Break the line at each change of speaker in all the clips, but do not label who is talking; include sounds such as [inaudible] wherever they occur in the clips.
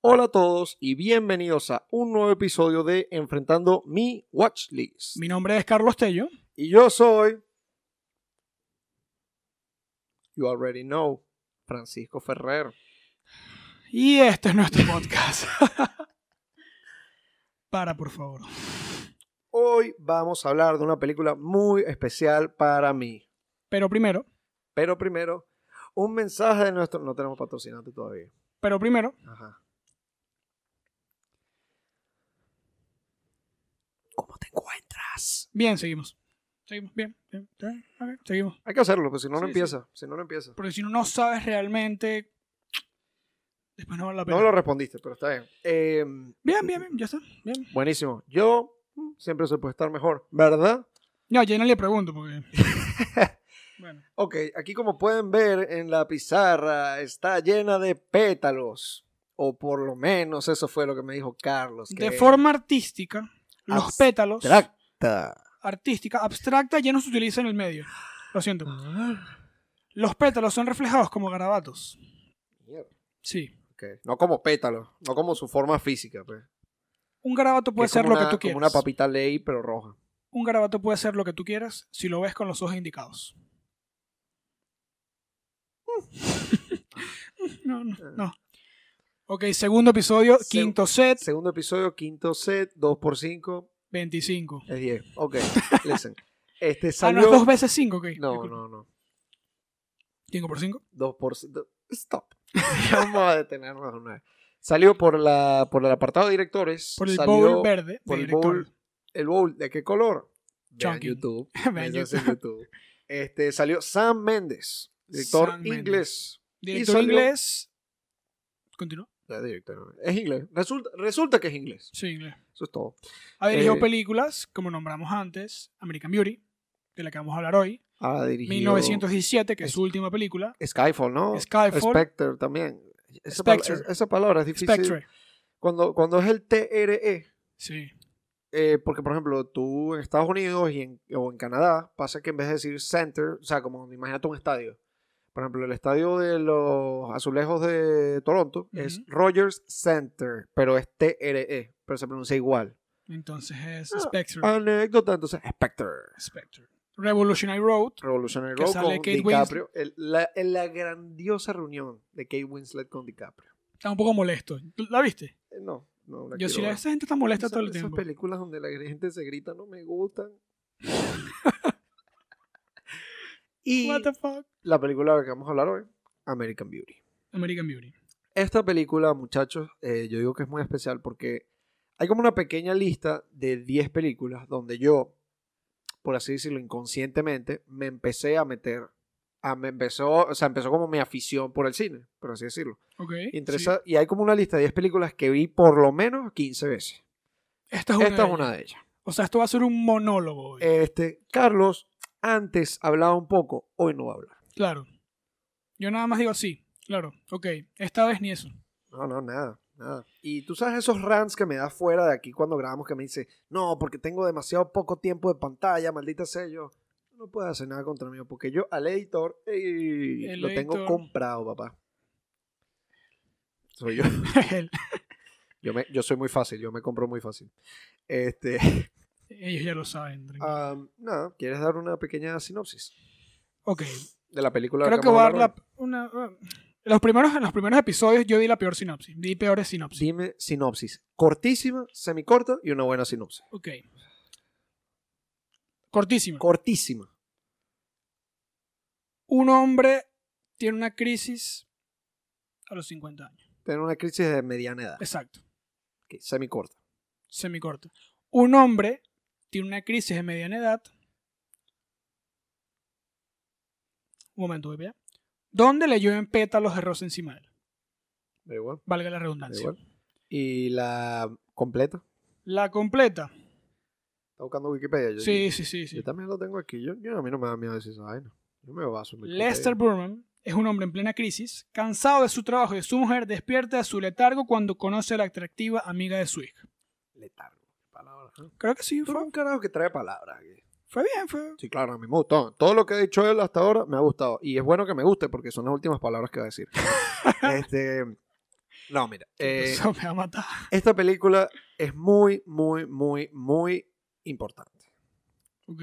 Hola a todos y bienvenidos a un nuevo episodio de Enfrentando mi Watchlist.
Mi nombre es Carlos Tello.
Y yo soy. You already know, Francisco Ferrer.
Y este es nuestro podcast. [laughs] Para, por favor.
Hoy vamos a hablar de una película muy especial para mí.
Pero primero,
Pero primero, un mensaje de nuestro. No tenemos patrocinante todavía.
pero primero,
Ajá. ¿Cómo te encuentras?
bien, seguimos. Seguimos, bien, bien, bien, ok, seguimos.
Hay que hacerlo, porque si no, no
Sí,
empieza. Si no, no empieza.
Porque si no sabes realmente, después no vale la pena.
No me lo respondiste, pero está bien. Eh,
Bien, bien, bien, ya está. Bien.
buenísimo. Yo mm, siempre se puede estar mejor, ¿verdad?
No, yo no le
[laughs]
pregunto porque... bueno,
Ok, aquí como pueden ver en la pizarra está llena de pétalos. O por lo menos eso fue lo que me dijo Carlos. que
de forma artística, los
Abstracta.
pétalos,
Tracta.
artística, abstracta, ya no se utiliza en el medio. Lo siento. Ah. Los pétalos son reflejados como garabatos.
Mierda,
Sí.
ok. No como pétalos, no como su forma física. Pues.
Un garabato puede
es
ser
como
lo que
una-
tú quieras.
Como una papita ley, pero roja.
Un garabato puede ser lo que tú quieras si lo ves con los ojos indicados. [laughs] No, no, no. Ok, segundo episodio,
Seg-
quinto set,
Segundo episodio, quinto set, 2x5
25.
es 10. Ok,
[laughs]
listen. Este
Ah,
salió...
no es dos veces cinco, ok.
no, no, no.
5 por 5.
2%. Stop. [laughs] Vamos a detenernos una vez. Salió por, la, por el apartado de directores.
Por el
salió
bowl verde.
por
de
el
director. [laughs]
bowl- ¿El bowl de qué color? Vean
Chunky.
YouTube.
[laughs] Vean
métanse en YouTube. [laughs] Este, salió Sam Mendes, director
Sam Mendes.
inglés.
Director
salió-
inglés. ¿Continúa?
No, director, no. Es inglés. Resulta, resulta que es inglés.
Sí, inglés.
Eso es todo.
Ha dirigido
Eh,
películas, como nombramos antes, American Beauty, de la que vamos a hablar hoy.
Ha dirigido
1917, que es
Es-
su última película.
Skyfall, ¿no?
Skyfall.
Spectre también. Esa, pal-
Spectre.
es- esa palabra es difícil.
Spectre.
Cuando, cuando es el E, TRE,
Sí.
Eh, porque, por ejemplo, tú en Estados Unidos y en- o en Canadá, pasa que en vez de decir center, o sea, como imagínate un estadio. Por ejemplo, el estadio de los azulejos de Toronto es
Ujú.
Rogers Center, pero es TRE, pero se pronuncia igual.
Entonces es
Ah,
Spectre.
Anécdota, entonces, Spectre.
Spectre. Revolutionary Road.
Revolutionary
Que
Road
sale
con
Kate
DiCaprio. El- la, en la grandiosa reunión de Kate Winslet con DiCaprio.
Está un poco molesto. ¿La viste?
Eh, no, no la
Yo sí,
quiero
la-
ver.
esa gente está molesta
Esas-
todo el
esas
tiempo.
películas donde la gente se grita no me
[laughs]
gustan. y
What the fuck?
la película de la que vamos a hablar hoy, American Beauty.
American Beauty.
Esta película, muchachos, eh, yo digo que es muy especial porque hay como una pequeña lista de 10 películas donde yo, por así decirlo, inconscientemente, me empecé a meter. a- me empezó, o sea, empezó como mi afición por el cine, por así decirlo.
Ok.
Y, entre
sí.
esa- y hay como una lista de 10 películas que vi por lo menos 15 veces.
Esta es una.
Esta
de
es una
ellas.
de ellas.
O sea, esto va a ser un monólogo. hoy.
Este, Carlos antes hablaba un poco, hoy no va a hablar.
Claro. Yo nada más digo sí. Claro. Ok. Esta vez ni eso. [laughs]
No, no, nada, nada. Y tú sabes esos rants que me da fuera de aquí cuando grabamos que me dice, no, porque tengo demasiado poco tiempo de pantalla, maldita sea yo. No puedes hacer nada contra mí, porque yo al editor ey,
El
lo tengo
editor.
comprado, papá. Soy yo.
El-
Yo, me, yo soy muy fácil, yo me compro muy fácil. Este,
[laughs] Ellos ya lo saben. tranquilo.
am, nada, ¿quieres dar una pequeña sinopsis
ok.
de la película? de la
Creo que
vamos
voy a dar
hablar
la, una. ah. Los primeros, en los primeros episodios yo di la peor sinopsis. Di peores
hoy?
sinopsis.
Dime sinopsis. Cortísima, semicorta y una buena sinopsis.
Ok. Cortísima.
Cortísima.
un hombre tiene una crisis a los 50 años.
Tener una crisis de mediana edad.
Exacto,
Ok, semicorta.
semicorta. Un hombre tiene una crisis de mediana edad. Un momento, bebé. Donde le llueven pétalos de rosa encima de él.
Da igual,
Valga la
da
redundancia.
igual. Y la completa.
La completa.
Está buscando Wikipedia. Yo,
Sí, sí, sí.
yo
sí.
también lo tengo aquí. Yo, yo- a mí no me da miedo decir esa vaina. Yo me baso en Wikipedia.
Lester Burman es un hombre en plena crisis, cansado de su trabajo y de su mujer, despierta de su letargo cuando conoce a la atractiva amiga de su hija.
Letargo. qué Palabras. ¿eh?
Creo que sí,
Tú eres
fue,
un carajo que trae palabras aquí.
fue bien, fue,
Sí, claro, a mí me gustó. Todo lo que ha dicho él hasta
[laughs]
ahora me ha gustado. Y es bueno que me guste porque son las últimas palabras que va a decir. este, No, mira. eh,
Eso [laughs] me va a matar.
esta película es muy, muy, muy, muy importante.
Ok.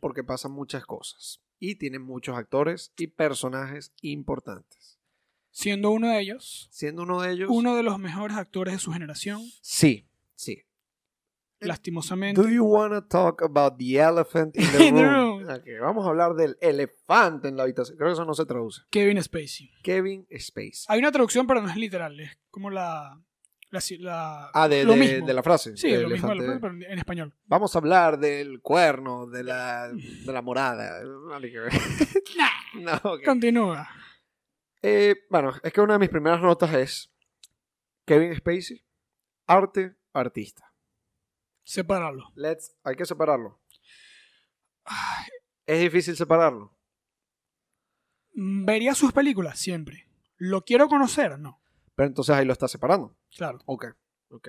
Porque pasan muchas cosas. Y tiene muchos actores y personajes importantes.
Siendo uno de ellos,
Siendo uno de ellos.
uno de los mejores actores de su generación,
Sí, sí.
lastimosamente.
Do you want to talk about the elephant in the
[laughs] In the
room?
room.
Ok, vamos a hablar del elefante en la habitación. Creo que eso no se traduce.
Kevin Spacey.
Kevin Space.
Hay una traducción, pero no es literal, es como la. la, si- la-
Ah, de,
lo
de-
mismo.
de la frase.
sí,
del
lo mismo,
elefante.
pero en español.
Vamos a hablar del cuerno, de la, de la
[laughs]
morada. [laughs] No, ok.
Continúa.
Eh, bueno, es que una de mis primeras notas es Kevin Spacey, arte, artista.
Sepáralo.
Let's, hay que separarlo.
Ay,
Es difícil separarlo.
Vería sus películas siempre. ¿Lo quiero conocer? No.
Pero entonces ahí lo está separando.
Claro.
Ok, ok.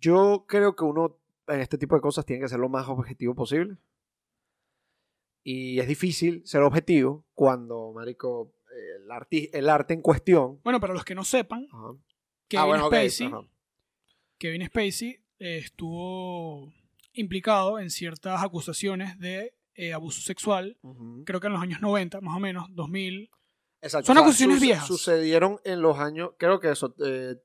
Yo creo que uno en este tipo de cosas tiene que ser lo más objetivo posible. Y es difícil ser objetivo cuando, marico, el, arti- el arte en cuestión...
Bueno, para los que no sepan,
Ajá.
Kevin
Ah, bueno, ok,
Spacey,
ajá.
Kevin Spacey eh, estuvo implicado en ciertas acusaciones de eh, abuso sexual,
Ujú.
creo que en los años 90, más o menos, 2000.
Exacto,
Son acusaciones
sus-
viejas.
Sucedieron en los años, creo que eso, eh,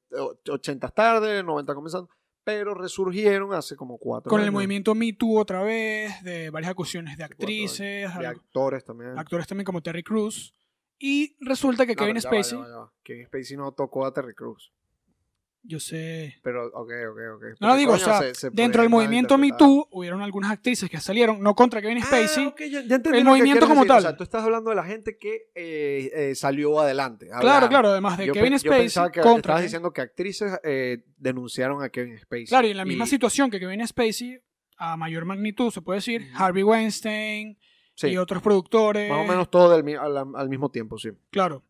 80 tarde, 90 comenzando, pero resurgieron hace como cuatro
Con el
años.
movimiento Me Too otra vez, de varias acusaciones de
Hace cuatro años.
actrices,
De
algo-
actores también.
actores también como Terry Crews. Y resulta que
No,
Kevin
pero ya va, ya
Spacey,
va, ya va. Kevin Spacey no tocó a Terry Crews.
yo sé.
Pero, ok, ok, ok.
No lo
Porque,
digo, o
coño,
sea,
se- se
dentro
puede
del movimiento Me
malinterpretar.
Too hubieron algunas actrices que salieron, no contra Kevin Spacey.
Ah, ok, ya- ya entendí
el
lo que
movimiento
quieres
como
decir. O
tal.
sea, tú estás hablando de la gente que eh, eh, salió adelante.
Claro,
hablando.
claro, además de
Yo
Kevin
pe- Yo
Spacey
pensaba que
contra.
estabas
Kevin-
diciendo que actrices eh, denunciaron a Kevin Spacey.
Claro, y en la misma
Y-
situación que Kevin Spacey, a mayor magnitud se puede decir,
Ujú.
Harvey Weinstein
sí,
y otros productores.
Más o menos todo del mi- al, al mismo tiempo, sí.
Claro.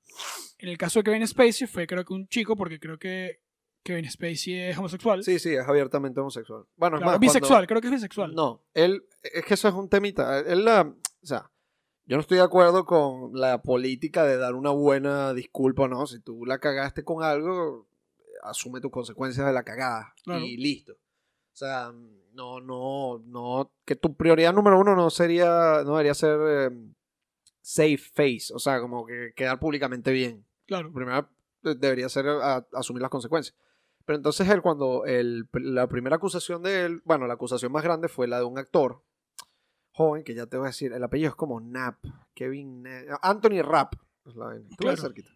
En el caso de Kevin Spacey fue creo que un chico, porque creo que Kevin Spacey es homosexual.
Sí, sí, es abiertamente homosexual. Bueno, es
Claro,
más,
bisexual, creo que es
cuando-
bisexual.
No, él, es que eso es un temita. Él la, o sea, yo no estoy de acuerdo con la política de dar una buena disculpa, ¿no? Si tú la cagaste con algo, asume tus consecuencias de la cagada
Claro.
y listo. O sea, no, no, no, que tu prioridad número uno no sería, no debería ser eh, safe face, o sea, como que quedar públicamente bien
Claro.
primero eh, debería ser a- asumir las consecuencias. Pero entonces él, cuando el- la primera acusación de él, bueno, la acusación más grande fue la de un actor joven, que ya te voy a decir, el apellido es como Knapp, Kevin, Knapp- Anthony Rapp, es la vaina, estuve
Claro.
cerquita.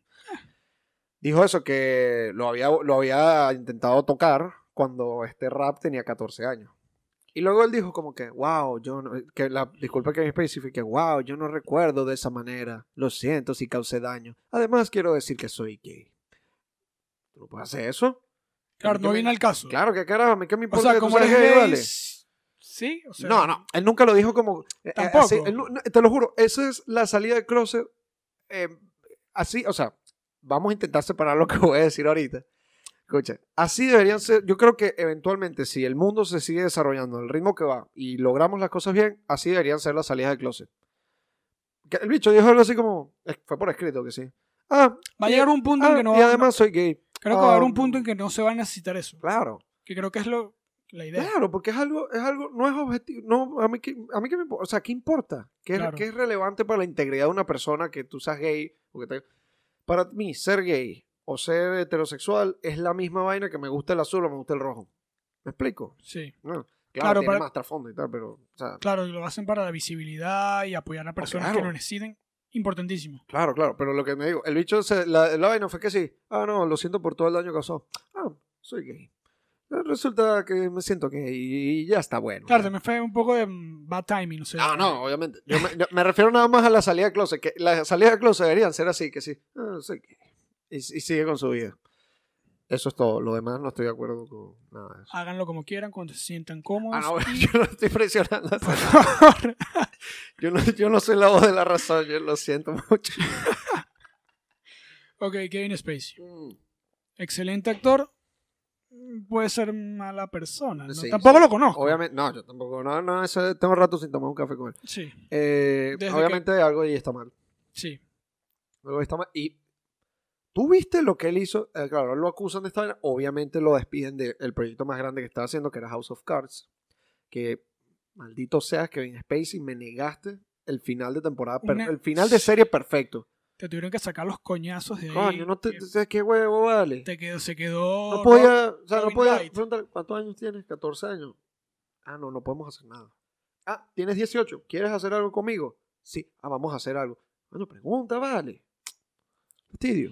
Dijo eso, que lo había, lo había intentado tocar cuando este Rapp tenía 14 años. Y luego él dijo como que, wow, yo no, que la disculpa que me especifique, wow, yo no recuerdo de esa manera. Lo siento si causé daño. Además, quiero decir que soy gay. ¿Tú no puedes hacer eso?
Claro,
¿Qué
no
me-
viene al caso.
Claro, ¿qué carajo? ¿A mí qué me
o
importa?
sea,
que tú
como
seas
eres
gay,
gay,
vale?
sí, o sea,
no, no, él nunca lo dijo como... eh, eh,
Tampoco.
así, él nu- no, te lo juro, esa es la salida de Crosser. así, o sea, vamos a intentar separar lo que voy a decir ahorita. Escucha, así deberían ser, yo creo que eventualmente si el mundo se sigue desarrollando al ritmo que va y logramos las cosas bien, así deberían ser las salidas del closet. Que El bicho dijo algo así como, eh, fue por escrito que sí. Ah,
va a llegar un punto en
ah,
que no
y
va-
además soy gay.
creo que va a haber un
um,
punto en que no se va a necesitar eso.
Claro.
Que creo que es lo la idea.
Claro, porque es algo, es algo, no es objetivo, no, a mí, que- a mí que me importa, o sea, ¿qué importa? ¿Qué, es-
Claro.
qué es relevante para la integridad de una persona que tú seas gay? o que te- Para mí, ser gay o ser heterosexual es la misma vaina que me gusta el azul o me gusta el rojo. ¿Me explico?
Sí.
No, Claro,
Claro,
tiene
para-
más trasfondo y tal, pero, o sea,
Claro, y lo hacen para la visibilidad y apoyar a personas que
claro.
lo necesiten. Importantísimo.
claro, claro, pero lo que me digo, el bicho, se- la, la vaina fue que sí, ah, no, lo siento por todo el daño que causó, ah, soy gay. Resulta que me siento gay y ya está bueno. Ya.
Claro, también fue un poco de mm, bad timing, o sea.
No, Ah, no, obviamente. Yo me, yo me refiero nada más a la salida de closet. Que las salidas de closet deberían ser así, que sí. ah, no sé qué, y, y sigue con su vida. Eso es todo. Lo demás no estoy de acuerdo con nada de eso.
Háganlo como quieran, cuando se sientan cómodos.
Ah, no, [laughs]
y-
yo no estoy presionando.
por favor.
[laughs] Yo no, yo no soy la voz de la razón. Yo lo siento mucho.
ok, Kevin Spacey. Excelente actor. Mm, Puede ser mala persona. ¿no?
Sí,
Tampoco
sí.
lo conozco.
Obviamente, no, yo tampoco. No, no, eso- tengo rato sin tomar un café con él.
Sí,
Eh,
Desde
obviamente algo ahí está mal.
sí.
Algo ahí está mal. Y ¿Tú viste lo que él hizo? Eh, claro, lo acusan de esta vaina. Obviamente lo despiden del proyecto más grande que estaba haciendo, que era House of Cards. Que maldito seas, Kevin Spacey, me negaste el final de temporada, per-
Una-
el final de serie perfecto.
Te tuvieron que sacar los coñazos de ahí.
Coño, no te,
que
¿sabes qué huevo, vale?
te quedó, se quedó.
No podía, o sea, no
Robin
podía
Wright.
preguntar, ¿cuántos años tienes? 14 años. Ah, no, no podemos hacer nada. Ah, tienes 18, ¿quieres hacer algo conmigo? Sí, ah, vamos a hacer algo. Bueno, pregunta, vale. Fastidio.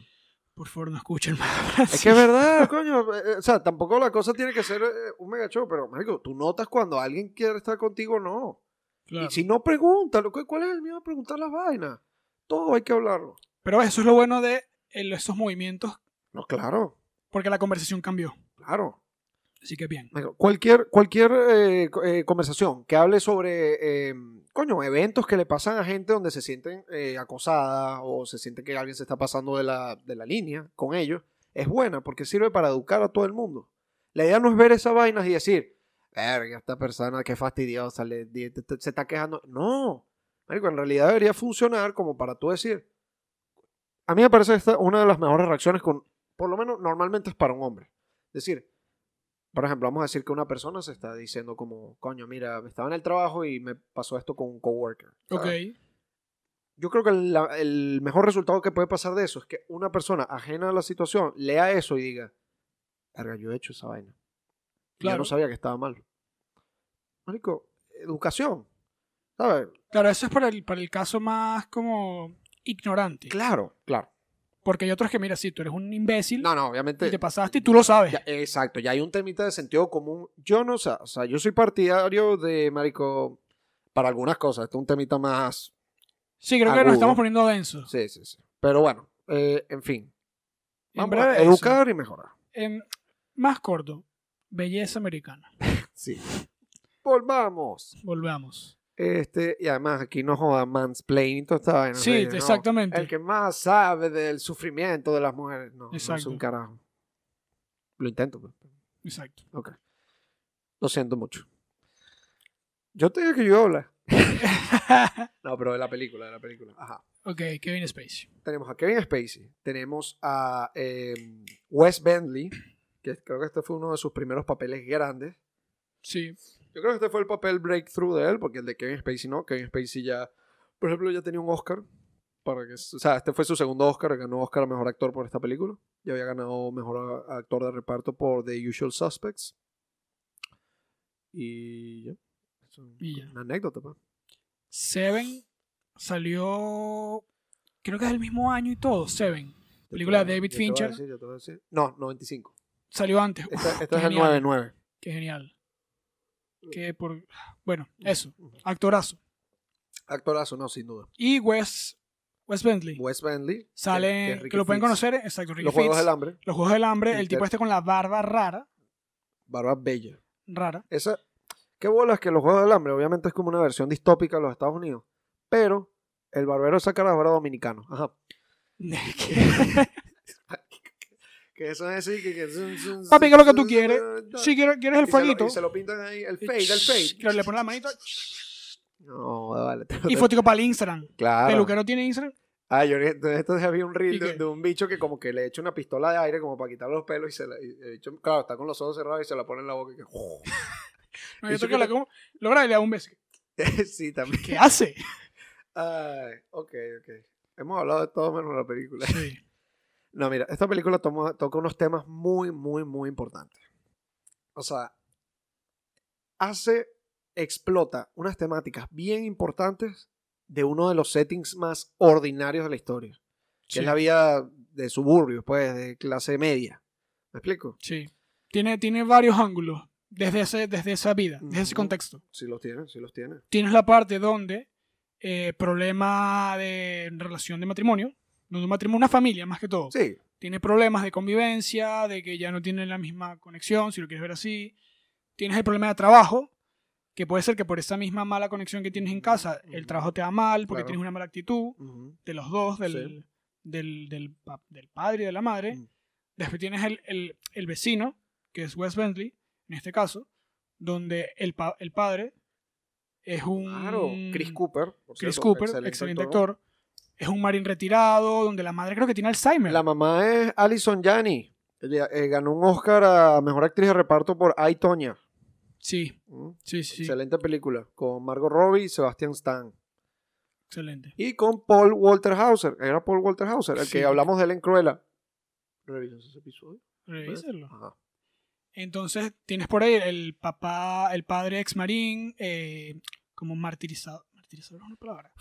Por favor, no escuchen más.
Es que es verdad, [laughs] coño. eh, eh, O sea, tampoco la cosa tiene que ser eh, un mega show, pero, marico, tú notas cuando alguien quiere estar contigo o no.
Claro.
Y si no, pregúntalo. ¿cu- ¿Cuál es el miedo a preguntar las vainas? Todo hay que hablarlo.
Pero eso es lo bueno de el- esos movimientos,
No, claro,
porque la conversación cambió.
claro.
Así que bien.
Marico, Cualquier, cualquier eh, co- eh, conversación que hable sobre, eh, coño, eventos que le pasan a gente donde se sienten eh, acosada o se siente que alguien se está pasando de la, de la línea con ellos, es buena porque sirve para educar a todo el mundo. La idea no es ver esas vainas y decir, verga, esta persona qué fastidiosa, le, di- te- te- se está quejando. No, marico, en realidad debería funcionar como para tú decir. A mí me parece esta una de las mejores reacciones con, por lo menos normalmente es para un hombre. Decir, por ejemplo, vamos a decir que una persona se está diciendo como, coño, mira, estaba en el trabajo y me pasó esto con un coworker.
Ok.
¿sabes? Yo creo que la- el mejor resultado que puede pasar de eso es que una persona ajena a la situación lea eso y diga, verga, yo he hecho esa vaina. Yo
Claro.
no sabía que estaba mal. Marico, educación. ¿Sabes?
Claro, eso es para el, para el caso más como ignorante.
Claro, claro.
Porque hay otros que, mira, sí, tú eres un imbécil
No, no, obviamente.
y te pasaste y tú lo sabes.
Ya, exacto, ya hay un temita de sentido común. Yo no sé, o sea, yo soy partidario de, marico, para algunas cosas. Esto es un temita más
Sí, creo que
Agudo.
nos estamos poniendo densos.
Sí, sí, sí. Pero bueno, eh, en fin.
En
Vamos
breve
a
eso.
educar y mejorar.
Em, más corto. Belleza americana.
Sí. Volvamos.
Volvamos.
Este, y además aquí no jodan mansplaining y toda esta vaina.
sí,
oye, no.
exactamente.
El que más sabe del sufrimiento de las mujeres. No, no es
Exacto.
un carajo. Lo intento. pues.
Exacto.
Ok. Lo siento mucho. Yo te digo que yo habla. No, pero de la película, de la película. Ajá.
ok, Kevin Spacey.
tenemos a Kevin Spacey, tenemos a eh, Wes Bentley, que creo que este fue uno de sus primeros papeles grandes.
Sí.
Yo creo que este fue el papel breakthrough de él, porque el de Kevin Spacey no. Kevin Spacey ya, por ejemplo, ya tenía un Oscar. Para que, o sea, este fue su segundo Oscar, ganó Oscar a Mejor Actor por esta película. Ya había ganado Mejor a- Actor de Reparto por The Usual Suspects. Y ya. Es un-
Y ya.
una anécdota, pa.
Seven salió. Creo que es del mismo año y todo. Seven. Película de
Ya
David
te voy a
Fincher.
decir, ya te voy a decir. No, 95.
Salió antes. Uf,
Este, este
qué
es el
genial,
99.
Qué genial. Que por. Bueno, eso. Actorazo.
Actorazo, no, sin duda.
Y Wes. Wes Bentley.
Wes Bentley.
Sale.
que- que es
Que,
Ricky
lo pueden
Fitz.
conocer. Exacto. Ricky
Los Juegos
Fitz,
del Hambre.
Los Juegos del Hambre. El
Inter-
tipo este con la barba rara.
Barba Bella. [laughs]
Rara. [laughs]
Esa, qué bolas que los Juegos del Hambre, obviamente es como una versión distópica de los Estados Unidos. Pero el barbero esa cara ahora dominicano. Ajá. Que eso es así, que... que zun, zun,
Papi,
zun,
¿qué es lo que tú
zun,
quieres?
zun, zun,
Si quieres, quieres
y
el
se lo-
fueguito.
Y se lo pintan ahí, el fade, el
Shhh, que
fade.
le ponen
[laughs]
la manito.
No, vale. te-
Y
te-
fotico para el Instagram.
Claro.
Peluquero tiene Instagram.
Ah, yo entonces esto había un
¿Y
reel
qué?
de, de un bicho que como que le echa una pistola de aire como para quitarle los pelos y se la... y el bicho, claro, está con los ojos cerrados y se la pone en la boca y que... [laughs]
No, yo
Eso
creo que
que
la como. Logra y le da un beso.
sí, también.
¿Qué
[laughs]
hace?
Ay, ok, ok. Hemos hablado de todo menos la película.
Sí.
No, mira, esta película toma- toca unos temas muy, muy, muy importantes. O sea, hace, explota unas temáticas bien importantes de uno de los settings más ordinarios de la historia, que
Sí.
es la vida de suburbios, pues, de clase media. ¿Me explico?
Sí. Tiene, tiene varios ángulos desde, ese, desde esa vida, desde ese
Ujú.
contexto.
Sí los tiene, sí los tiene.
Tienes la parte donde eh, problema de relación de matrimonio, donde un matrimonio, una familia más que todo,
Sí,
tiene problemas de convivencia, de que ya no tienen la misma conexión, si lo quieres ver así. Tienes el problema de trabajo, que puede ser que por esa misma mala conexión que tienes en casa, el
Ujú.
trabajo te da mal, porque
Claro.
tienes una mala actitud
ujú,
de los dos, del, del, del pa- del padre y de la madre.
Mm.
Después tienes el, el- el vecino, que es Wes Bentley, en este caso, donde el, pa- el padre es un...
claro. Chris Cooper. por
Mm. Chris
cierto,
Cooper, excelente, actor. es un marín retirado, donde la madre creo que tiene Alzheimer.
La mamá es Alison Janney. Ella eh, ganó un Oscar a Mejor Actriz de Reparto por Ay, Toña.
Sí,
¿Mm?
sí, sí, sí,
Excelente película. Con Margot Robbie y Sebastian Stan.
excelente.
Y con Paul Walter Hauser. Era Paul Walter Hauser, el
Sí.
que hablamos de él en Cruella. ¿Revisas ese episodio?
Revísalo.
Ajá.
Entonces tienes por ahí el papá, el padre ex marín, eh, como martirizado. Martirizador es una palabra.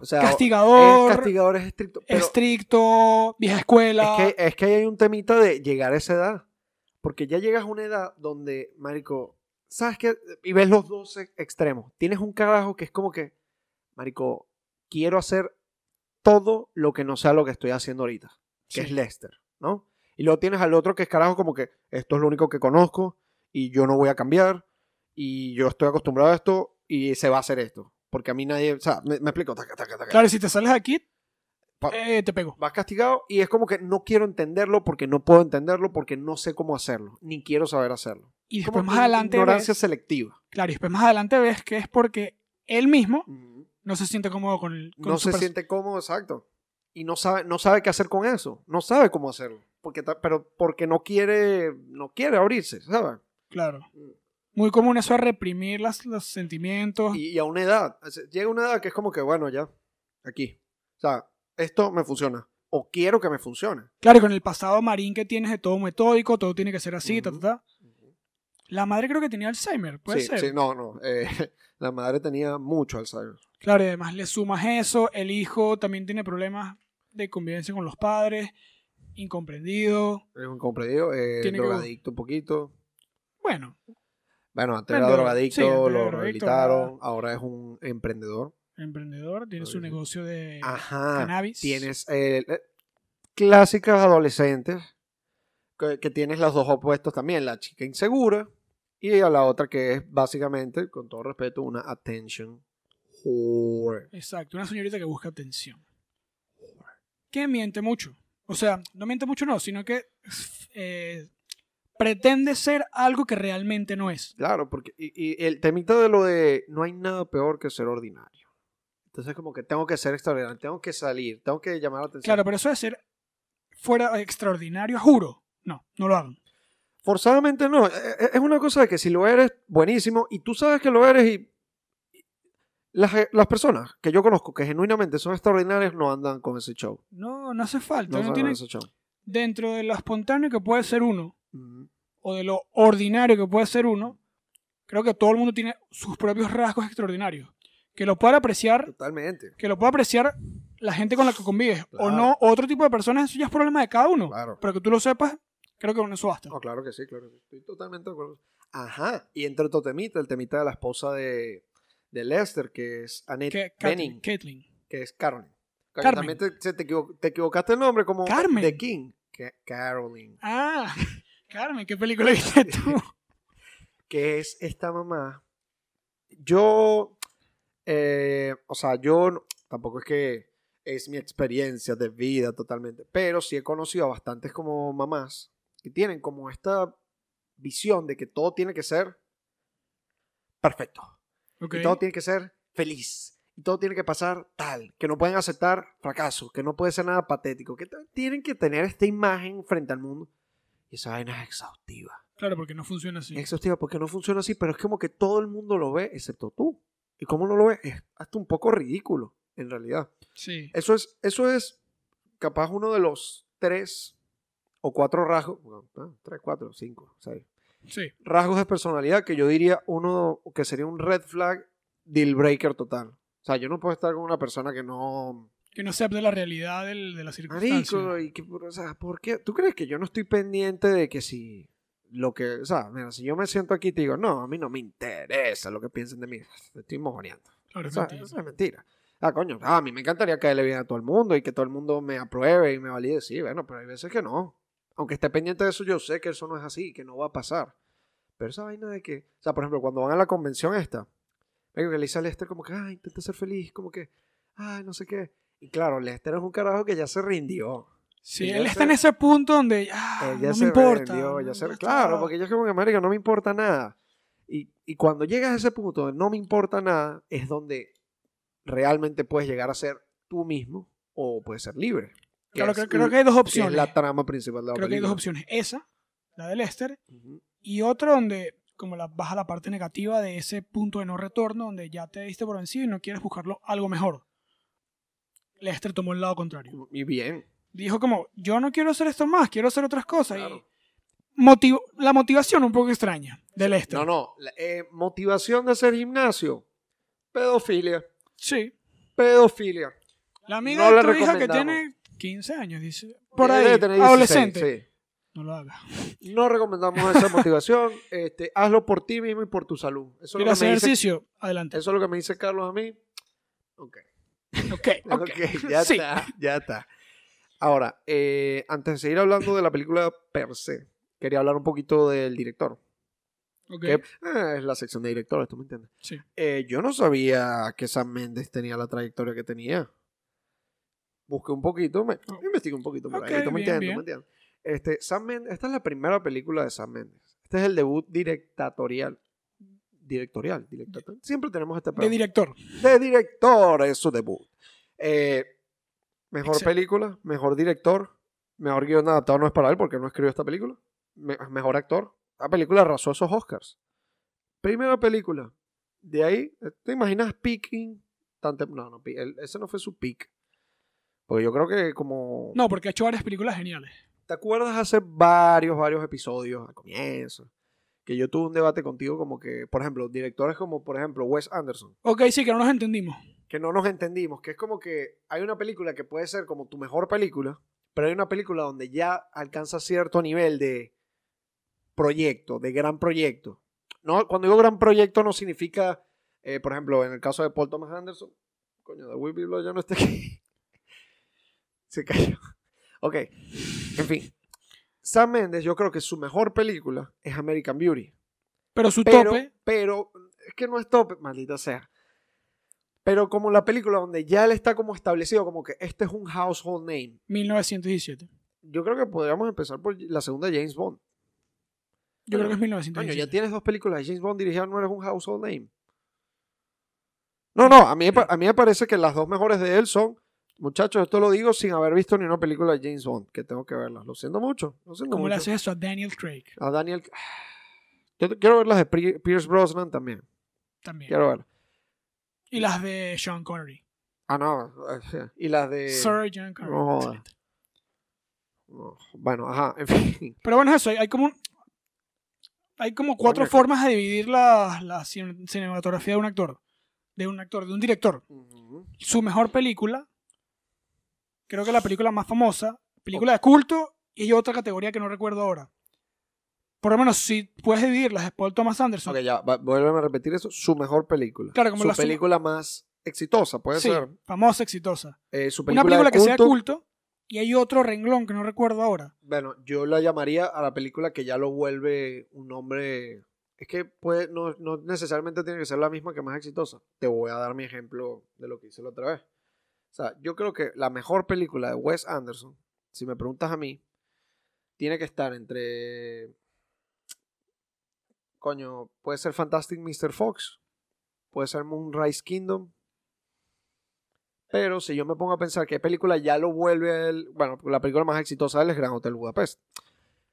O sea,
Castigador,
es castigador, es estricto. Pero
estricto, vieja escuela.
es, que, es que ahí hay un temita de llegar a esa edad. Porque ya llegas a una edad donde, marico, ¿sabes qué? Y ves los dos ex- extremos. Tienes un carajo que es como que, marico, quiero hacer todo lo que no sea lo que estoy haciendo ahorita. que es
Sí.
Lester, ¿no? Y luego tienes al otro que es carajo como que esto es lo único que conozco y yo no voy a cambiar y yo estoy acostumbrado a esto y se va a hacer esto. Porque a mí nadie, o sea, me, me explico, taca, taca, taca.
Claro, y si te sales de aquí,
Pa-
eh, te pego.
vas castigado y es como que no quiero entenderlo porque no puedo entenderlo porque no sé cómo hacerlo, ni quiero saber hacerlo.
Y
Como
después más
que
adelante
Ignorancia
ves-
selectiva.
claro, y después más adelante ves que es porque él mismo no se siente cómodo con el con
No
su
se
perso-
siente cómodo, exacto. Y no sabe, no sabe qué hacer con eso, no sabe cómo hacerlo. Porque, ta- pero porque no quiere, no quiere abrirse, ¿sabes?
Claro. Muy común eso de reprimir las, los sentimientos.
y, y a una edad. o sea, Llega una edad que es como que, bueno, ya, aquí. O sea, esto me funciona. O quiero que me funcione.
Claro, y con el pasado marín que tienes de todo metódico, todo tiene que ser así, ta,
Ujú.
ta, ta. La madre creo que tenía Alzheimer, puede
sí,
ser.
sí, no, no. eh, [laughs] la madre tenía mucho Alzheimer.
Claro, y además le sumas eso, el hijo también tiene problemas de convivencia con los padres, incomprendido.
Es un comprendido, eh,
Tiene que-
drogadicto un poquito.
Bueno,
Bueno, antes
Bueno,
era
sí,
drogadicto,
antes era
lo
drogadicto,
rehabilitaron. Ahora es un emprendedor.
emprendedor, tiene su
Oye.
negocio de
Ajá.
cannabis.
Tienes eh, eh, clásicas adolescentes que, que tienes los dos opuestos también. La chica insegura y a la otra que es básicamente, con todo respeto, una attention whore.
Exacto, una señorita que busca atención. Que miente mucho. O sea, no miente mucho, no, sino que eh, pretende ser algo que realmente no es.
Claro, porque y, y el temita de lo de no hay nada peor que ser ordinario. Entonces como que tengo que ser extraordinario, tengo que salir, tengo que llamar la atención.
Claro, pero eso de ser fuera extraordinario, juro. No, no lo hagan.
Forzadamente no. e- e- Es una cosa de que si lo eres, buenísimo. Y tú sabes que lo eres y. y Las, eh, las personas que yo conozco que genuinamente son extraordinarias no andan con ese show.
No, no hace
No
falta.
andan con
uno tiene-
ese show.
dentro de lo espontáneo que puede ser uno,
Ujú.
o de lo ordinario que puede ser uno, creo que todo el mundo tiene sus propios rasgos extraordinarios. Que lo pueda apreciar,
Totalmente.
que lo pueda apreciar la gente con la que convives, o
Claro.
no, otro tipo de personas, eso ya es problema de cada uno.
Claro.
Pero que tú lo sepas, creo que con eso basta.
No, claro que sí, claro que sí. Estoy totalmente de acuerdo. Ajá. Y entre otro temita, el temita de la esposa de, de Lester, que es
Que-
Annette
Caitlyn,
Benning,
Caitlyn.
que es Carolyn. Que
Carmen.
También te, se te, equivo- te equivocaste el nombre como
Carmen.
de King. Que, Carolyn.
Ah, [laughs] Carmen, ¿qué película viste
[laughs]
tú?
que es esta mamá, yo, eh, o sea, yo no- tampoco es que es mi experiencia de vida totalmente, pero sí he conocido a bastantes como mamás que tienen como esta visión de que todo tiene que ser perfecto,
Ok.
y todo tiene que ser feliz, y todo tiene que pasar tal, que no pueden aceptar fracaso, que no puede ser nada patético, que t- tienen que tener esta imagen frente al mundo. Y esa vaina es exhaustiva
Claro, porque no funciona así.
es exhaustiva porque no funciona así, pero es como que todo el mundo lo ve, excepto tú. Y como no lo ves, es hasta un poco ridículo, en realidad.
Sí.
Eso es, eso es capaz uno de los tres o cuatro rasgos, bueno, ah, tres, cuatro, cinco, seis,
Sí.
rasgos de personalidad que yo diría uno que sería un red flag deal breaker total. O sea, yo no puedo estar con una persona que no...
Que no se de la realidad del- de la circunstancia.
Marico, y que, o sea, ¿por qué? ¿Tú crees que yo no estoy pendiente de que si lo que, o sea, mira, si yo me siento aquí y te digo, no, a mí no me interesa lo que piensen de mí, te estoy mojoneando.
Claro,
O sea,
mentira.
eso es mentira. Ah, coño, ah, a mí me encantaría caerle bien a todo el mundo y que todo el mundo me apruebe y me valide. Sí, bueno, pero hay veces que no. Aunque esté pendiente de eso, yo sé que eso no es así, que no va a pasar. Pero esa vaina de que, o sea, por ejemplo, cuando van a la convención esta, digo que le dice a Lester como que, ah, intenta ser feliz, como que, ay, no sé qué. Y claro, Lester es un carajo que ya se rindió.
Sí,
Ella
él
se-
está en ese punto donde ah,
Él Eh, ya
no
se
me importa.
rindió, ya
no,
se-
ya está.
claro, porque yo es como que, marica, no me importa nada. Y, y cuando llegas a ese punto de no me importa nada, es donde realmente puedes llegar a ser tú mismo o puede ser libre. que
Claro,
es
creo,
l-
creo que hay dos
que es
opciones.
la trama principal de la
creo que hay
película.
dos opciones. Esa, la de Lester,
Ujú.
y otra donde como la baja la parte negativa de ese punto de no retorno donde ya te diste por vencido y no quieres buscarlo algo mejor. Lester tomó el lado contrario.
Y bien.
Dijo como, yo no quiero hacer esto más, quiero hacer otras cosas. y
claro.
motiv- la motivación un poco extraña de Lester.
No, no. la- eh, motivación de hacer gimnasio. Pedofilia.
Sí.
Pedofilia.
La amiga
No
de
la
tu hija que
recomendamos.
tiene 15 años, dice. Por ahí,
Debe tener 16,
adolescente.
sí.
No lo hagas.
No recomendamos esa motivación. [laughs] Este, hazlo por ti mismo y por tu salud. Eso es,
Quiero
lo que
hacer
me dice, eso
ejercicio.
[laughs]
Adelante.
es lo que me dice Carlos a mí. Ok.
Ok, ok. [laughs]
Ok, ya
Sí.
está, ya está. Ahora, eh, antes de seguir hablando de la película per se, quería hablar un poquito del director.
Ok.
que, ah, es la sección de directores, tú me entiendes.
Sí.
Eh, yo no sabía que Sam Mendes tenía la trayectoria que tenía. Busqué un poquito, me,
Oh.
investigué un poquito por ahí,
Ok,
tú me
bien,
entiendes, tú me entiendes. Este, Sam Mendes, esta es la primera película de Sam Mendes. Este es el debut directatorial. Directorial, directatorial. Siempre tenemos este
De
problema
director.
de director es su debut. Eh, mejor
Excelente.
película, mejor director, mejor guion adaptado no es para él porque no escribió esta película. Me- mejor actor. La película arrasó esos Oscars. Primera película. De ahí, eh, ¿te imaginas Picking? Tan tem- no, no, Pe- el- ese no fue su pick. Porque yo creo que como...
No, porque ha hecho varias películas geniales.
¿Te acuerdas hace varios, varios episodios al comienzo? Que yo tuve un debate contigo como que, por ejemplo, directores como, por ejemplo, Wes Anderson
Ok, sí, que no nos entendimos.
que no nos entendimos, que es como que hay una película que puede ser como tu mejor película, pero hay una película donde ya alcanza cierto nivel de proyecto, de gran proyecto. No, cuando digo gran proyecto no significa, eh, por ejemplo, en el caso de Paul Thomas Anderson, coño, de Will Be Blood ya no está aquí. [laughs] Se cayó. Ok, en fin. Sam Mendes, yo creo que su mejor película es American Beauty
Pero su
pero,
tope.
pero, es que no es tope, maldita sea. Pero como la película donde ya él está como establecido, como que este es un household name.
1917.
Yo creo que podríamos empezar por la segunda James Bond.
Yo
Coño,
creo que es
Coño,
1917.
ya tienes dos películas de James Bond dirigidas, no eres un household name. No, no, a mí, me pa- a mí me parece que las dos mejores de él son, muchachos, esto lo digo sin haber visto ni una película de James Bond, que tengo que verlas. Lo siento mucho. Lo siento
¿Cómo
mucho.
le haces eso a Daniel Craig?
A Daniel. [sighs] Yo te- quiero ver las de Pri- Pierce Brosnan también.
También.
Quiero verlas.
Y las de Sean Connery.
Ah, no. Y las de.
Sir Sean Connery.
no joda.
excelente.
No, Bueno, ajá, en fin.
Pero bueno, eso, hay, hay como un- hay como cuatro
Coño, que-
formas de dividir la, la cine- cinematografía de un actor, de un actor, de un director. Su mejor película, creo que la película más famosa, película de culto y hay otra categoría que no recuerdo ahora. Por lo menos si puedes dividirlas, es Paul Thomas Anderson.
Ok, ya, va- vuélveme a repetir eso. Su mejor película.
Claro, como
su
la suma-
película más exitosa, puede
Sí,
ser.
famosa, exitosa.
Eh, su
Una
película,
película
de
que sea
culto,
culto y hay otro renglón que no recuerdo ahora.
Bueno, yo la llamaría a la película que ya lo vuelve un hombre. Es que puede, no, no necesariamente tiene que ser la misma que más exitosa. Te voy a dar mi ejemplo de lo que hice la otra vez. O sea, yo creo que la mejor película de Wes Anderson, si me preguntas a mí, tiene que estar entre. Coño, puede ser Fantastic Mr. Fox. Puede ser Moonrise Kingdom. Pero si yo me pongo a pensar qué película ya lo vuelve a él. Bueno, la película más exitosa de él es Gran Hotel Budapest.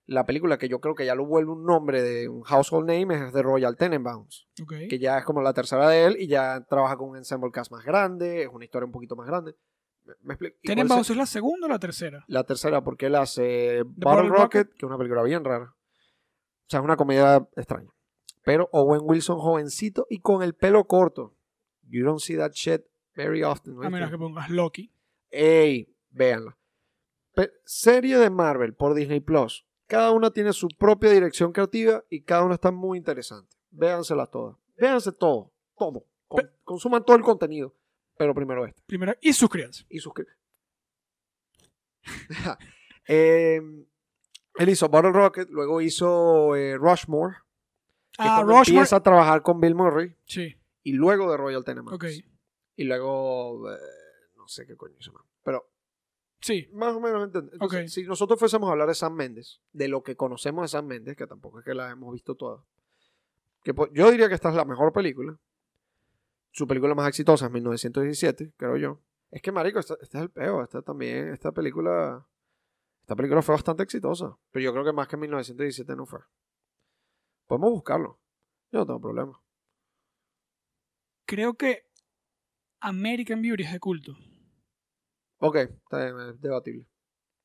La película que yo creo que ya lo vuelve un nombre de un household name es The Royal Tenenbaums.
Ok.
Que ya es como la tercera de él y ya trabaja con un ensemble cast más grande. Es una historia un poquito más grande. ¿Me- me explico? Igual
¿Tenemos
se-
es la segunda o la tercera?
la tercera, porque él hace Battle
Bottle
Rocket, que es una película bien rara. O sea, es una comedia extraña. Pero Owen Wilson jovencito y con el pelo corto. You don't see that shit very often.
A menos
¿oíste?
que pongas Loki.
Ey, véanla. Pe- serie de Marvel por Disney Plus. Cada una tiene su propia dirección creativa y cada una está muy interesante. Véanselas todas. Véanse todo. Todo. Con-
Pe-
consuman todo el contenido. Pero primero esta
Primero, y suscríbanse.
y suscri- [laughs] Eh, él hizo Battle Rocket, luego hizo eh, Rushmore. Que
Ah,
cuando
Rushmore.
Empieza a trabajar con Bill Murray
Sí,
y luego de Royal Tenenbaums.
ok.
Y luego, eh, no sé qué coño se llama. Pero
Sí,
más o menos entend- entonces,
Ok.
Si nosotros fuésemos a hablar de Sam Mendes, de lo que conocemos de Sam Mendes, que tampoco es que la hemos visto todas, que po- yo diría que esta es la mejor película. Su película más exitosa es 1917, creo yo. Es que, marico, este, este es el peo. Esta también, esta película... Esta película fue bastante exitosa. Pero yo creo que más que 1917 no fue. Podemos buscarlo. Yo no tengo problema.
Creo que American Beauty es de culto.
Ok, está bien, es debatible.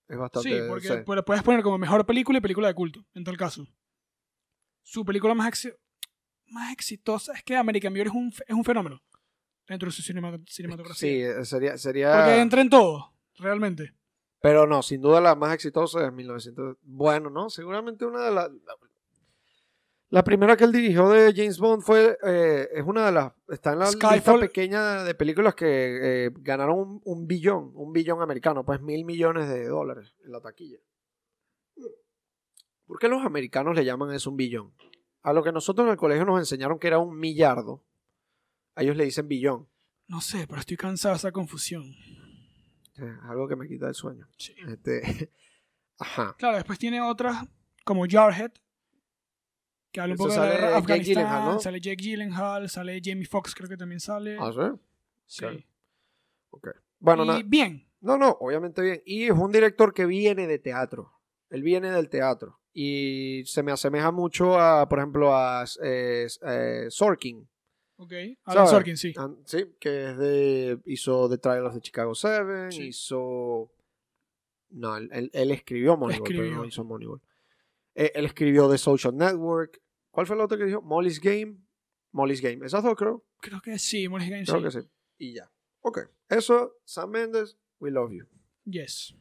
Es bastante...
Sí, porque
sí.
pu- puedes poner como mejor película y película de culto, en tal caso. Su película más, exi- más exitosa es que American Beauty es un, fe- es un fenómeno dentro de su cinema- cinematografía.
Sí, eh, sería... sería...
Porque entra en todo, realmente.
Pero no, sin duda la más exitosa es 1900. Bueno, no, seguramente una de las. La, la primera que él dirigió de James Bond fue. eh, es una de las. Está en la lista
Skyfall.
pequeña de películas que eh, ganaron un, un billón, un billón americano, pues mil millones de dólares en la taquilla. ¿Por qué los americanos le llaman eso un billón? A lo que nosotros en el colegio nos enseñaron que era un millardo, a ellos le dicen billón.
No sé, pero estoy cansado de esa confusión.
Eh, Algo que me quita el sueño.
Sí.
Este, [laughs] ajá.
Claro, después tiene otras como Jarhead, que habla
Eso
un poco de la
sale
guerra de
Jake
Afganistán,
Gyllenhaal, ¿no?
sale Jake Gyllenhaal, sale Jamie Foxx, creo que también sale.
Ah, ¿sí?
sí.
claro. Bueno,
y
nada.
bien,
No, no, obviamente bien. Y es un director que viene de teatro. Él viene del teatro. Y se me asemeja mucho a, por ejemplo, a eh, eh, Sorkin.
ok. Alan
¿Sabes?
Sorkin, sí.
An- Sí, que es de, hizo The Trial of the Chicago Seven,
Sí.
hizo... No, él, él- él escribió Moneyball, pero no
Escribió.
hizo Moneyball. Eh, él escribió The Social Network. ¿Cuál fue el otro que dijo? Molly's Game. Molly's Game. Esas dos creo.
Creo que sí, Morris Gaines,
Creo que sí. Y ya. Ok. Eso, Sam Mendes, we love you.
Yes.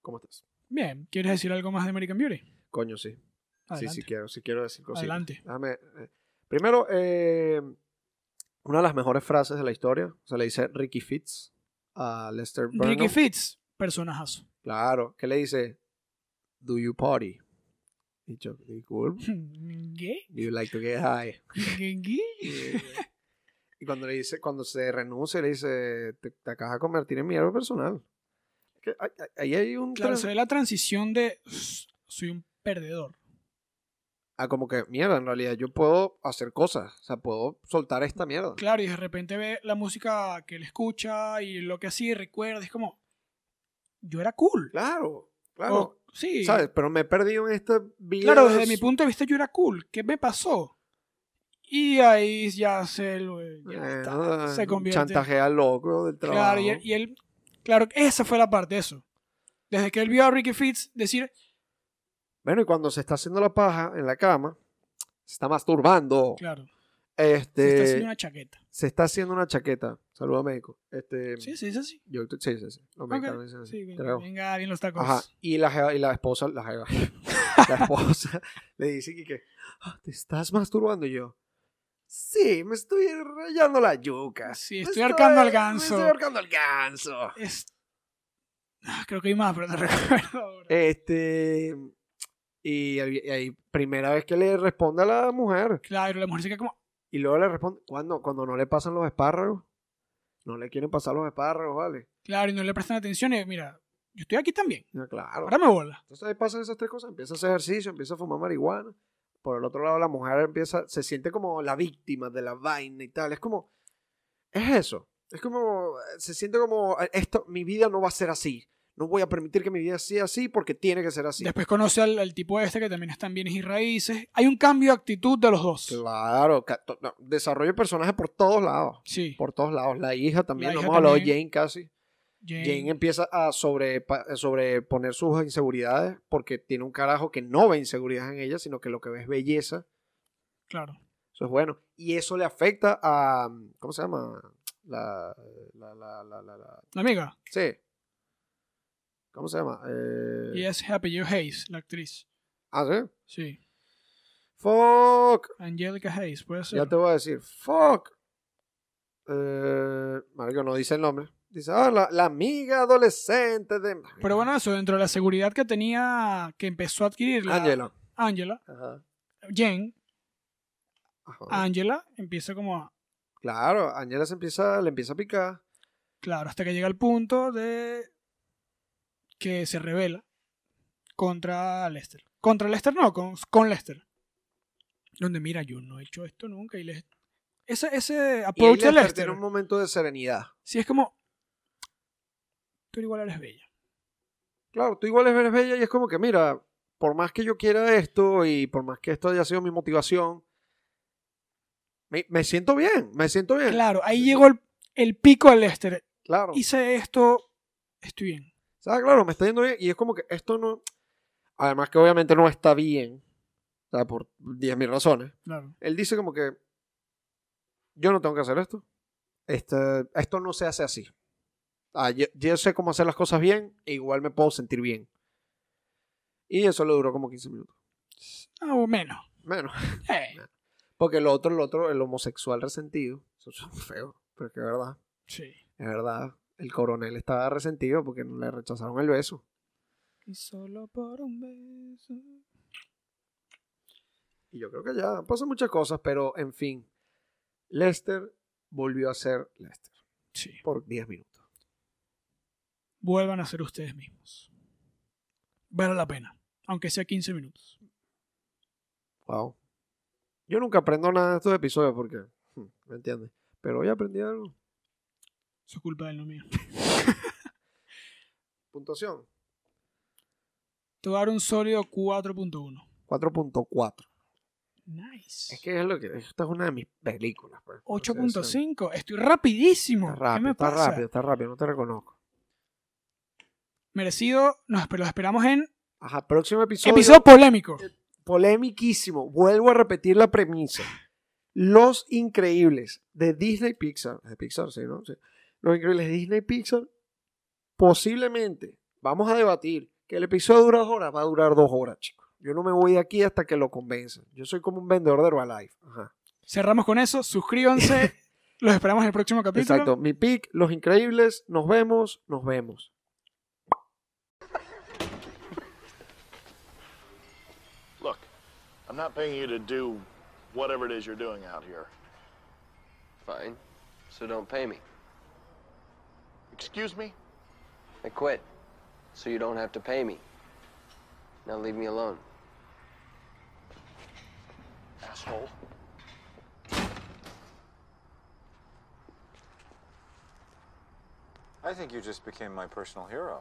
¿Cómo estás?
Bien, ¿quieres decir algo más de American Beauty?
Coño, sí.
Adelante.
Sí, sí quiero, sí quiero decir cositas.
Adelante.
Déjame, eh, Primero, eh, una de las mejores frases de la historia, se le dice Ricky Fitz a Lester Burnham.
Ricky Fitz, personajazo. [laughs]
Claro, que le dice, do you party? Y yo, disculpe,
¿Qué?
do you like to get high?
¿Qué? ¿Qué?
Y- y cuando le dice, cuando se renuncia, le dice, te, te acabas de convertir en mi héroe personal. Es que hay- hay- Ahí hay un...
Claro,
tran-
se ve la transición de "Ss, soy un perdedor.
Ah, como que, mierda, en realidad yo puedo hacer cosas, o sea, puedo soltar esta mierda.
Claro, y de repente ve la música que él escucha y lo que así recuerda, es como, yo era cool.
Claro, claro.
O- sí.
¿Sabes? Pero me he perdido en este esta vida.
Claro, desde mi punto de vista yo era cool. ¿Qué me pasó? Y ahí ya se, lo- ya
Eh,
está, se convierte.
Chantajea al loco del trabajo.
Claro, y, y él, claro, esa fue la parte, eso. Desde que él vio a Ricky Fitz decir,
Bueno, y cuando se está haciendo la paja en la cama, se está masturbando.
claro,
Este,
se está haciendo
una
una chaqueta.
chaqueta. Saludos a México. Este,
Sí, sí, es así.
yo- sí, sí, sí. Los mexicanos dicen así.
Sí,
Creo.
venga, venga, bien los tacos.
Ajá. Pues, Y la, jeva- y la esposa, la
[laughs]
jeva, la esposa le dice que, que, "Ah, te estás masturbando y yo. Sí, me estoy rayando la yuca.
Sí,
Me
estoy ahorcando al
Me
ganso".
estoy ahorcando al ganso.
Es- Ah, Creo que hay más, pero no [laughs] recuerdo ahora.
Eh. Este. Y ahí, y ahí, primera vez que le responde a la mujer.
Claro, la mujer se queda como,
Y luego le responde. ¿Cuándo? Cuando no le pasan los espárragos. No le quieren pasar los espárragos, ¿vale?
claro, y no le prestan atención. Y mira, yo estoy aquí también.
No, claro.
Ahora me bola.
Entonces ahí pasan esas tres cosas. Empieza a hacer ejercicio, empieza a fumar marihuana. Por el otro lado, la mujer empieza. Se siente como la víctima de la vaina y tal. Es como. Es eso. Es como. eh, Se siente como. eh, Esto, mi vida no va a ser así. No voy a permitir que mi vida sea así porque tiene que ser así.
Después conoce al, al tipo este que también está en bienes y raíces. Hay un cambio de actitud de los dos.
Claro, ca- to- no, desarrollo de personajes por todos lados.
Sí.
Por todos lados. La hija también,
La
no
hija
hemos hablado de
también.
Jane casi.
Jane-
Jane em- empieza a sobrepa- a sobreponer sus inseguridades porque tiene un carajo que no ve inseguridades en ella, sino que lo que ve es belleza.
Claro.
Eso es bueno. Y eso le afecta a. mm, ¿Cómo se llama? La. la, la, la, la- la-
La amiga.
Sí. ¿Cómo se llama? Eh,
Y es apellido Hayes, la actriz.
Ah, sí.
Sí.
Fuck.
Angelica Hayes, puede ser.
Ya te voy a decir, fuck. Eh, marico, no dice el nombre. Dice, ah, la, la amiga adolescente de...
Pero bueno, eso, dentro de la seguridad que tenía, que empezó a adquirir la
Ángela.
Angela,
Ajá.
Jane,
Ajá.
Angela empieza como a,
Claro, Ángela se empieza, le empieza a picar.
claro, hasta que llega al punto de que se revela contra Lester. Contra Lester no, con, con Lester. Donde mira, yo no he hecho esto nunca y le... ese, ese
Y ahí
approach de
Lester
Lester,
tiene un momento de serenidad.
sí es como, tú igual
[laughs]
eres bella.
Claro, tú igual eres bella y es como que, mira, por más que yo quiera esto y por más que esto haya sido mi motivación, me, me siento bien, me siento bien.
Claro, ahí llegó el, el pico de Lester.
Claro.
Hice esto, estoy bien.
O sea, claro, me está yendo bien. Y es como que esto no. Además, que obviamente no está bien. O sea, por 10.000 razones.
Claro.
Él dice como que. Yo no tengo que hacer esto. Este, esto no se hace así. Ah, yo, yo sé cómo hacer las cosas bien. E igual me puedo sentir bien. Y eso le duró como 15 minutos.
Ah, o menos.
Menos.
Eh,
Porque el otro, el otro, el homosexual resentido. Eso es [laughs] feo. Pero es que es verdad.
sí.
Es verdad. El coronel estaba resentido porque le rechazaron el beso.
Y solo por un beso.
Y yo creo que ya pasan muchas cosas, pero en fin. Lester volvió a ser Lester
Sí.
por 10 minutos.
Vuelvan a ser ustedes mismos. Vale la pena. Aunque sea 15 minutos.
Wow. Yo nunca aprendo nada de estos episodios porque, hmm, ¿me entiendes? Pero hoy aprendí algo.
Eso es culpa del no mío.
Puntuación.
Te voy a dar un sólido 4.1.
4.4.
Nice.
Es que es lo que... Esta es una de mis películas. pues. O sea,
8.5. Estoy rapidísimo.
Está
¿Qué
rápido,
me
está
pasa?
rápido, está rápido. No te reconozco.
Merecido. Nos pero los esperamos en
Ajá, próximo episodio.
episodio polémico.
polemiquísimo. Vuelvo a repetir la premisa. Los Increíbles de Disney Pixar, de Pixar, sí, ¿no? Sí. Los Increíbles de Disney Pixar, posiblemente, vamos a debatir que el episodio dura dos horas, va a durar dos horas, chicos. Yo no me voy de aquí hasta que lo convenzan. Yo soy como un vendedor de Herbalife. Ajá.
Cerramos con
[laughs]
eso. Suscríbanse. los esperamos en el próximo capítulo.
Exacto. Mi pick, Los Increíbles, nos vemos, nos vemos.
Look, I'm not paying you to do whatever it is you're doing out here.
Fine. So don't pay me.
Excuse me?
I quit. So you don't have to pay me. Now leave me alone.
Asshole.
I think you just became my personal hero.